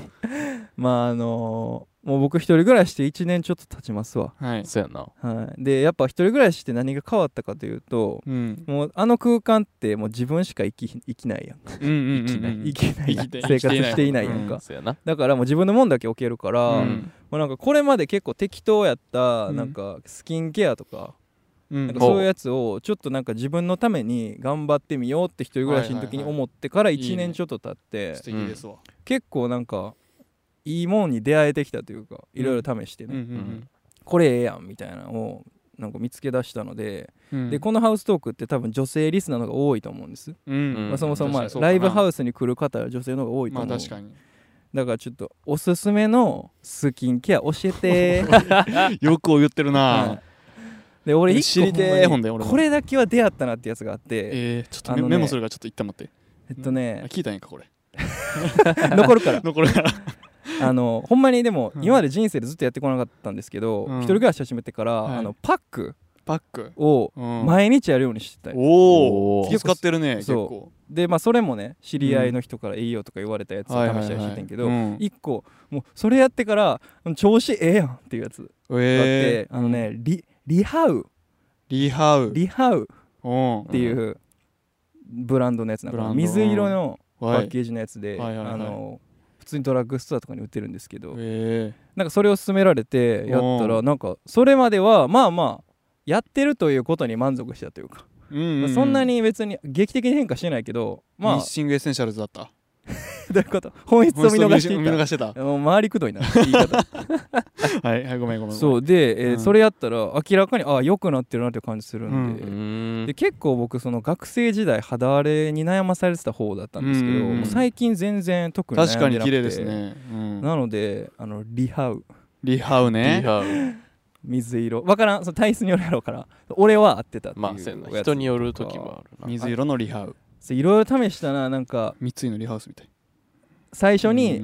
S1: まああのもう僕一人暮らしして1年ちょっと経ちますわ、
S2: はい
S3: そうやんな
S1: はい、でやっぱ一人暮らしして何が変わったかというと
S2: うん
S1: もうあの空間ってもう自分しか生き生きないやんか、
S2: うんうんうんうん
S1: 生きない
S2: 生きて
S1: 生活していないやんか、
S2: うん
S3: そうやな
S1: だからもう自分のもんだけ置けるから、
S2: う
S1: も
S2: ん
S1: うなんかこれまで結構適当やった
S2: うん
S1: なんかスキンケアとか,、
S2: うん
S1: なんかそういうやつをちょっとなんか自分のために頑張ってみようって一人暮らしの時に思ってから
S2: いはい
S1: 1年ちょっと経って、
S2: 素敵ですわ
S1: 結構なんかいいもんに出会えてきたというかいろいろ試してね、
S2: うん
S1: これええやんみたいなのをなんか見つけ出したので、
S2: うん
S1: でこのハウストークって多分女性リスナーの方が多いと思うんです、
S2: うん
S1: まあ、そもそもまあ
S2: 確かにそうかな
S1: ライブハウスに来る方は女性の方が多いと
S2: まあ
S1: 思う、
S2: 確かに
S1: だからちょっとおすすめのスキンケア教えて はい
S2: よく言ってるな
S1: で俺一個
S2: 知りてえ
S1: ほ
S2: ほ
S1: ん
S2: ん
S1: ま
S2: で
S1: に
S2: 俺も
S1: これだけは出会ったなってやつがあって
S2: えーちょっと
S1: あの
S2: メ
S1: ね
S2: メモするからちょっと一旦待って
S1: えっと
S2: あ
S1: ね
S2: 聞いたんやんかこれ
S1: 残るから
S2: 残るから
S1: あのほんまにでも
S2: うん
S1: 今まで人生でずっとやってこなかったんですけど
S2: うん
S1: 一人暮らし始めてから
S2: はい
S1: あのパック
S2: パック
S1: を
S2: うん
S1: 毎日やるようにしてたり
S2: おお
S1: 結
S2: 気
S1: 構
S2: 使ってるね結
S1: そう
S2: 構
S1: でまあそれもね知り合いの人からいいよとか言われたやつを試したりしてたんやけど
S2: うん
S1: 一個もうそれやってから調子ええやんっていうやつがあっ
S2: え
S1: てあのねリリハウ
S2: ーリハウ
S1: リハウ
S2: うん
S1: っていうブランドのやつなん
S2: ブラ
S1: か
S2: ンド
S1: 水色のパ
S2: は
S1: ッ
S2: い
S1: ケージのやつで、
S2: はいはいはい
S1: あの普通にドラッグストアとかに売ってるんですけど、
S2: え
S1: なんかそれを勧められてやった
S2: う
S1: らなんかそれまではまあまあやってるということに満足したというか、
S2: ーうんう
S1: そんなに別に劇的に変化してないけどまあ
S2: ミッシングエッセンシャルズだった
S1: どういうこと本質を見逃してい
S2: 見逃
S1: た
S2: してた
S1: もう回りくど いな言い方
S2: はいはいごめんごめんごめん
S1: そうで、えー
S2: うん
S1: それやったら明らかにああ良くなってるなっていう感じするんで,、
S3: うーん
S1: で結構僕その学生時代肌荒れに悩まされてた方だったんですけど、
S2: うんうんうん
S1: もう最近全然特に悩んでな
S2: 確か
S1: くて
S2: に綺麗ですねうん
S1: なのであのリハウ
S2: リハウね
S3: リ ハウ
S1: 水色わからんその体質によるやろうから俺は合ってたっていう
S3: まあそうやな人による時もあるな
S2: 水色のリハウ
S1: そういろいろ試したななんか
S2: 三井のリハウスみたい
S1: 最初に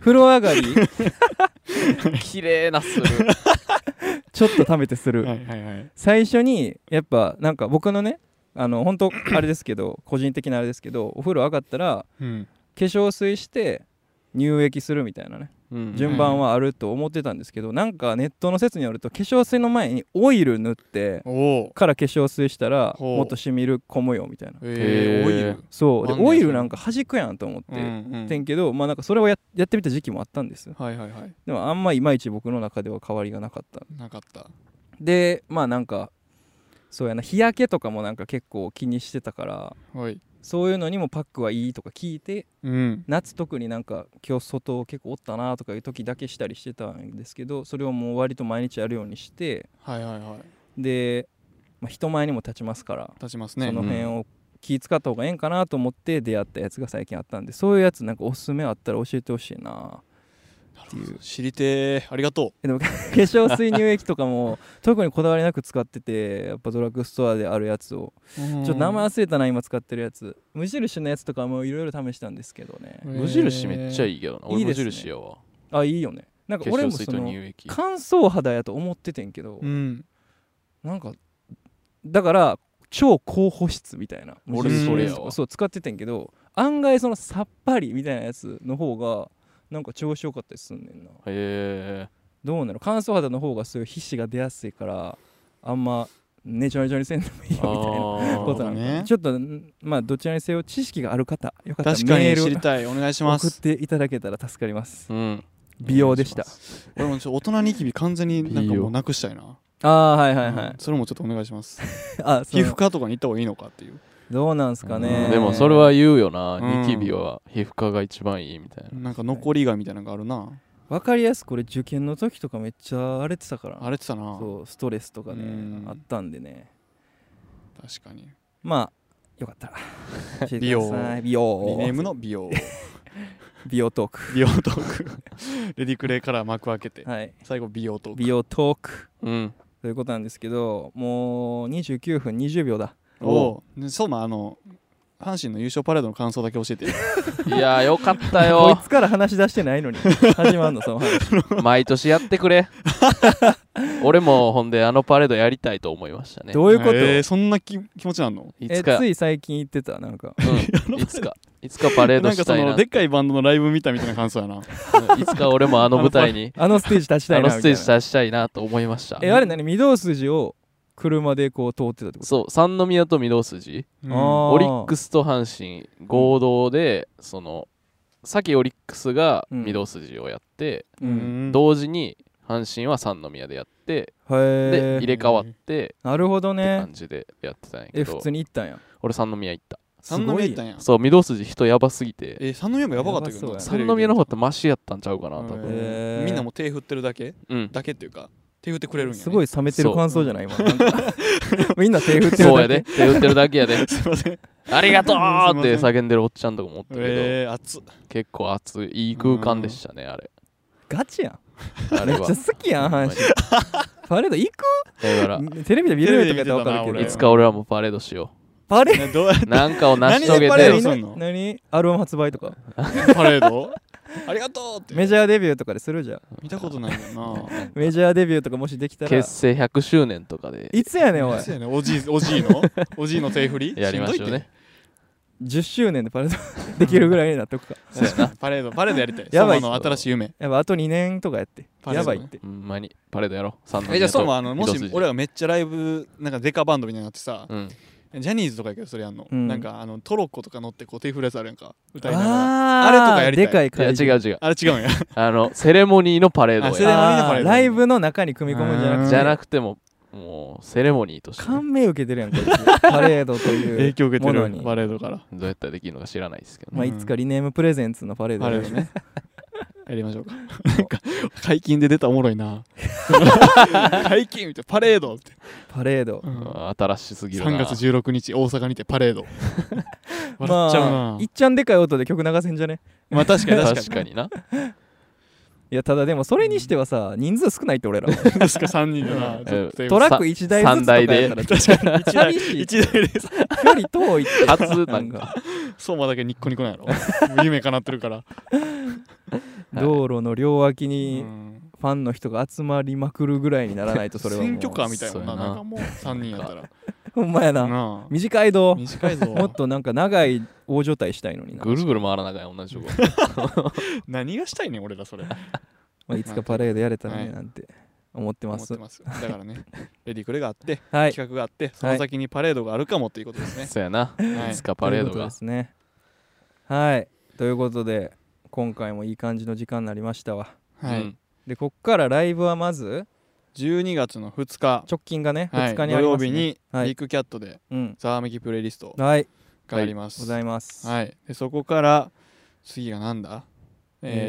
S1: 風呂上が り
S3: 綺麗なする
S1: ちょっと溜めてす
S2: う
S1: る、
S2: んはいはいはい
S1: 最初にやっぱなんか僕のねあの本当あれですけど個人的なあれですけどお風呂上がったら
S2: うん
S1: 化粧水して乳液するみたいなね
S3: うん
S1: 順番はあると思ってたんですけど、なんかネットの説によると化粧水の前にオイル塗って
S2: おお
S1: から化粧水したら
S2: ほう
S1: もっとしみる込むよみたいな
S2: えーオイ
S3: へー
S2: ル
S1: そうで
S2: なんでや
S1: オイル
S2: それ
S1: なんか弾くやんと思って、
S2: うんうん
S1: てんけどまあなんかそれをややってみた時期もあったんですよ
S2: はいはいはい
S1: でもあんまいまいち僕の中では変わりがなかった
S2: なかった
S1: でまあなんかそうやな日焼けとかもなんか結構気にしてたから
S2: はい
S1: そういうのにもパックはいいとか聞いて
S2: うん
S1: 夏特になんか今日外結構おったなとかいう時だけしたりしてたんですけどそれをもう割と毎日やるようにして
S2: はいはいはい
S1: で、まあ、人前にも立ちますから、
S2: 立ちますね
S1: その辺を気使った方がええんかなと思って出会ったやつが最近あったんでそういうやつなんかおすすめあったら教えてほしいなっていう
S2: 知りてーありがと
S1: でも化粧水乳液とかも特にこだわりなく使っててやっぱドラッグストアであるやつを
S2: う
S1: ちょっと名前忘れたな今使ってるやつ無印のやつとかもいろいろ試したんですけどね
S3: 無印めっちゃ
S2: い
S3: いいけどな、
S1: えー
S3: 俺
S1: いいで
S3: 無
S1: すね
S3: 印やわ
S1: あいいよねなんか
S3: 化
S1: 俺
S3: 粧
S1: も
S3: 水
S1: そ
S3: と乳
S1: の
S3: 液
S1: 乾燥肌やと思っててんけど、
S2: うん
S1: なんかだから超高保湿みたいな無
S3: 俺
S1: 印
S2: それ
S1: のやつと
S3: や
S1: か
S3: わ
S1: そう使っててんけど案外そのさっぱりみたいなやつの方がなんか調子良かったりすんねんな
S3: へえ
S1: どうなの乾燥肌の方がそういう皮脂が出やすいからあんまねちょねちょにせんでもいい よみたいなこ
S3: ー
S1: となのかな
S2: なるほどね
S1: ちょっとんまあどちらにせよ知識がある方よかったら
S2: 確か
S1: メ
S2: に
S1: ー
S2: 知
S1: ル
S2: りたいお願いしま
S1: 送っ
S2: す
S1: ていただけたら助かります
S3: うん
S1: 美容でした
S2: 俺もちょっと大人ニキビ完全になんかもうなくしたいな
S1: ああはいはいはい、
S2: うんそれもちょっとお願いします
S1: あそ
S2: 皮
S1: の
S2: 膚科とかに行った方がいいのかっていう
S1: どうなんすかね
S3: うんでもそれは言うよな、
S2: うん
S3: ニキビは皮膚科が一番いいみたいな
S2: なんか残りがみたいなのがあるな
S1: 分かりやすくこれ受験の時とかめっちゃ荒れてたから
S2: 荒れてたな
S1: そうストレスとかね
S2: うん
S1: あったんでね
S2: 確かに
S1: まあよか ったら教えてください
S2: 美容
S1: 美容
S2: リネームの美容
S1: 美容トーク
S2: 美容トークレディクレイから幕開けて
S1: はい
S2: 最後美容トーク
S1: 美容トーク
S3: うん
S1: ということなんですけどもう29分20秒だ
S2: おうそうまああの阪神の優勝パレードの感想だけ教えてよ
S3: いやーよかった
S1: こい
S3: よ
S1: つから話し出してないのに始まんのその話
S3: 毎年やってくれ俺もほんであのパレードやりたいと思いましたね
S1: どういうこと、
S2: えーそんなき気持ちなんの
S3: い
S1: え
S3: つか、
S1: つい最近言ってたなんか
S3: うんいつかいつかパレード
S2: なんか
S3: し
S2: そ
S3: たいな
S2: のでっかいバンドのライブ見たみたいな感想やな
S3: うんいつか俺もあの舞台に
S1: あのステージ立ちた
S3: あ
S1: いな
S3: の
S1: みたいな
S3: ステージ出したいなと思いました
S1: えあれ何御堂筋を車でこう通ってたってこと
S3: そう三宮と御堂筋
S1: あー
S3: オリックスと阪神合同でそのさっきオリックスが
S1: うん
S3: 御堂筋をやって、
S2: う
S1: うん
S2: ん
S3: 同時に阪神は三宮でやって、
S1: へ
S3: で入
S1: え
S3: れ替わって
S1: なるほど
S3: って
S1: ね
S3: 感じでやってたんやけ
S1: え
S3: ど
S1: 普通に行ったんや
S3: 俺三宮行った
S1: す
S2: 三
S1: ご
S2: 宮行
S1: い
S2: ったんや
S3: そう御堂筋人やばすぎて
S2: え三宮もやばかったけど
S1: やば
S2: な
S1: そ
S3: 三宮の方
S2: だ
S3: ってマシやったんちゃうかな多分、
S1: へー
S2: みんなもう手振ってるだけ
S3: うん
S2: だけっていうか手振ってくれるんやね
S1: すご
S2: い
S1: い冷めてる感想じゃない今なんかみんな手振ってる
S3: そうや
S1: だ
S3: で
S1: け
S3: 手打ってるだけやで
S2: すいません
S3: ありがとうっ
S2: すい
S3: て
S2: ませ
S3: 叫んでるおっちゃんとかもおったけど、
S2: えー熱っ
S3: 結構熱いいい空間でしたねあれ
S1: ガチやん
S3: あ
S1: め
S3: れ
S1: っ
S3: は
S1: ちゃ好きやん阪神パレード行
S3: だから
S1: くテレビで見れるとかやったら分かる
S2: テレビで見てたな
S1: け
S2: 俺
S1: ど
S3: いつか俺らもパレードしよ
S1: パレー
S2: ねどうやっ
S3: うなんかを成
S2: 何
S3: し遂
S2: で
S3: げ
S2: パレード
S3: て
S2: すん
S1: ド
S2: の
S1: 何アルバム発売とか
S2: てパレードありがとうって
S1: メジャーデビューとかでするじゃん
S2: 見たことないもんな
S1: メジャーデビューとかもしできたら
S3: 結成100周年とかで
S1: いつやねんおい
S2: そうやねおじいおじいのおじいの手振り
S3: やりましょうね
S1: 10周年でパレード できるぐらいになっとくか
S2: しんどいってパレードパレードやりたい
S1: やばい
S2: ソマの新しい夢
S1: やっぱあと2年とかやって
S2: パレ
S1: や
S2: ード
S1: ば
S2: ね
S1: いって
S3: ほんまにパレードやろう3の
S2: えじゃあそもあの
S3: 二
S2: も
S3: 度
S2: し
S3: 筋
S2: 俺らがめっちゃライブなんかデカバンドみたいになってさ
S3: うん
S2: ジャニーズとかやけどそれやんの
S1: うん
S2: なんかあのトロッコとか乗ってこう手振るやつあるやんか歌いながら
S1: あー
S2: あれとかやりたい
S1: でかい
S3: いや
S1: 会場
S3: 違う違う
S2: あれ違うんや
S3: あのセレモニーのパレード
S2: あ
S3: を
S2: セレ
S3: や
S2: モニーのパ
S1: あ
S2: レー
S1: ー
S2: ド
S1: ライブの中に組み込むんじゃなく
S2: ー
S1: て
S3: じゃなくてももうセレモニーとしてね
S1: 感銘受けてるやんこい つパレードとい
S2: 影
S1: う
S2: 響 受けて
S1: もの
S2: る
S1: に
S2: パレードから
S3: どうやったらできるのか知らないですけどね
S1: まあいつかリネームプレゼンツのパレード
S2: パレ
S1: や
S2: ー
S1: る
S2: ドねやりましょうかなんか解禁で出たらおもろいな解禁みたいなパレードって
S1: パレード
S2: う
S3: うんん新しすぎるな
S2: 3月16日大阪にてパレード笑
S1: ま
S2: っちゃう
S1: あ
S2: な
S1: いっちゃんでかい音で曲流せんじゃね
S2: まあ確かに確か
S3: 確かにない
S1: やただでもそれにしてはさ人数少ないって俺ら
S2: に確か3人だな
S3: ええ
S1: トラック1台ずつとかやったら
S2: 確かに1台
S1: 寂しい
S2: 一台でさ
S1: 距離遠いって
S3: 初な
S1: なんん
S3: か
S1: か
S2: 相馬だけニッコニコなんやろ もう夢叶ってるから
S1: 道路の両脇に
S2: うん
S1: ファンの人が集まりまくるぐらいにならないとそれはもう
S2: 選挙カーみたいなもんな
S3: そうやな
S2: なんかもう3人やったら
S1: ほんまやな
S2: な
S1: 短い
S2: あ
S1: ど
S2: 短い
S1: もっ
S2: ぞ
S1: となんか長い大所帯したいのにな
S3: ぐるぐる回らなきゃ同じとこ
S2: 何がしたいねん俺らそれ
S1: まあいつかパレードやれたら
S2: は
S1: ね
S2: い
S1: なんて思ってま
S2: 思っ
S1: す
S2: てますだからね レディクレがあって
S1: はい
S2: 企画があってその先にパレードがあるかもっていうことですね
S3: そうやな
S2: はい
S3: いつかパレー
S1: とい
S3: ド
S1: うこと
S3: が
S1: ですねはいということで今回もいい感じの時間になりましたわ
S2: はい
S3: うん
S1: でこっからライブはまず
S2: 12月の2日
S1: 直近がね
S2: は
S1: 2日
S2: い土
S1: にあり
S2: 曜
S1: ます、ね
S2: 日に
S1: はい
S2: ビッグキャットで
S1: うん
S2: ざわめきプレイリスト
S1: はい
S2: があります
S1: ございます、
S2: はい、でそこから次がなんだ、え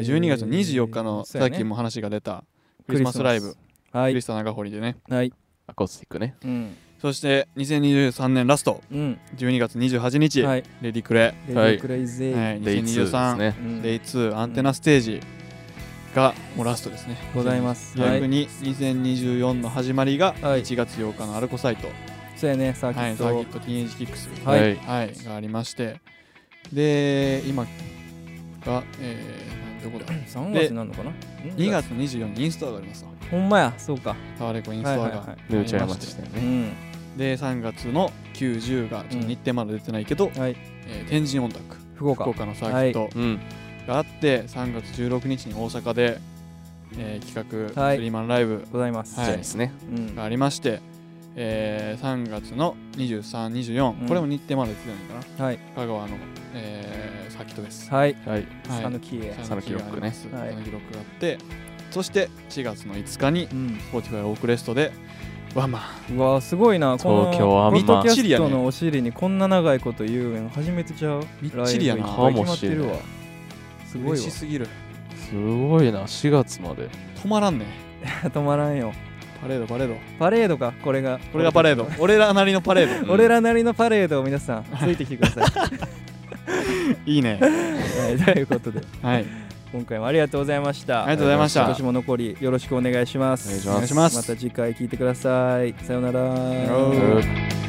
S1: え
S2: ー
S1: ー
S2: 12月24日の
S1: そ
S2: さ
S1: うや
S2: っ
S1: ね
S2: きも話が出たクリスマスライブ
S1: は
S2: クリ
S1: い
S2: スタ長堀でね
S1: はい
S3: アコースティックね
S1: うん
S2: そして2023年ラスト
S1: うん
S2: 12月28日、
S1: はい
S2: レディクレ、
S1: レデ
S3: は
S1: ィ
S3: い
S1: ークレイゼ
S2: は
S1: ー
S2: い、
S3: デイ2です
S2: 2023
S3: ね
S1: うん
S2: デイ2アンテナステージがもうラストですね
S1: ございますは
S2: 逆
S1: い
S2: に2024の始まりが
S1: はい
S2: 1月8日のアルコサイト、
S1: そうやねサーキ
S2: はい、
S1: ッ
S2: サ
S1: ト、
S2: ーキットティーンエイジキックス、
S1: は
S3: はいい、
S2: はい、がありましてで今が、えー、どこだ
S1: 3月になるのかな
S2: 2月24日インストアがありますわ
S1: ほんまやそうか
S2: タワレコインストアが、
S1: はいはいはい
S3: ヌーチャヤマチしたよ
S1: う
S3: ね
S1: ん
S2: で3月の90がちょっと日程まだ出てないけど、
S1: はい
S2: えー天神音楽
S1: 福岡
S2: 福岡のサーキット
S3: うん
S2: があって、3月16日に大阪で、えー企画、
S1: はい
S2: スリーマンライブ
S1: ございます、
S2: は
S3: ジ
S2: い
S3: ャニスね
S1: うん
S2: がありまして、えー3月の2324、
S1: うん
S2: これも日程まだ出てないのか
S1: はい
S2: な香川の、えーサーキットです
S1: はい
S3: はい
S2: はい
S1: 讃岐へ
S3: 讃岐ロックね
S2: 讃
S1: はい
S2: 岐ロックがあってそして4月の5日に
S1: うん、
S2: Spotify オークレストでワンマン
S1: うわーすごいなこの
S3: 東京アンマン
S1: ポッドキャストのお尻にこんな長いこと言うの初めてちゃう
S2: みっちりやな
S1: ライブいっぱい決まってるわすご
S2: 嬉
S1: い
S2: しすぎる
S3: すごいな4月まで
S2: 止まらんね
S1: わ止まらんよ
S2: パレードパレード
S1: パレードかこれが
S2: これがパレード俺らなりのパレ ード
S1: 俺らなりのパレードを皆さんついてきてください、
S2: いいね
S1: はい、ということで
S2: はい
S1: 今回もありがとうございました
S2: ありがとうございまし
S1: 今
S2: た
S1: 年も残りよろしくお願いします
S3: お願いし
S2: お願
S3: ます
S2: いします
S1: また次回聞いてくださいさようなら
S2: よ
S3: うん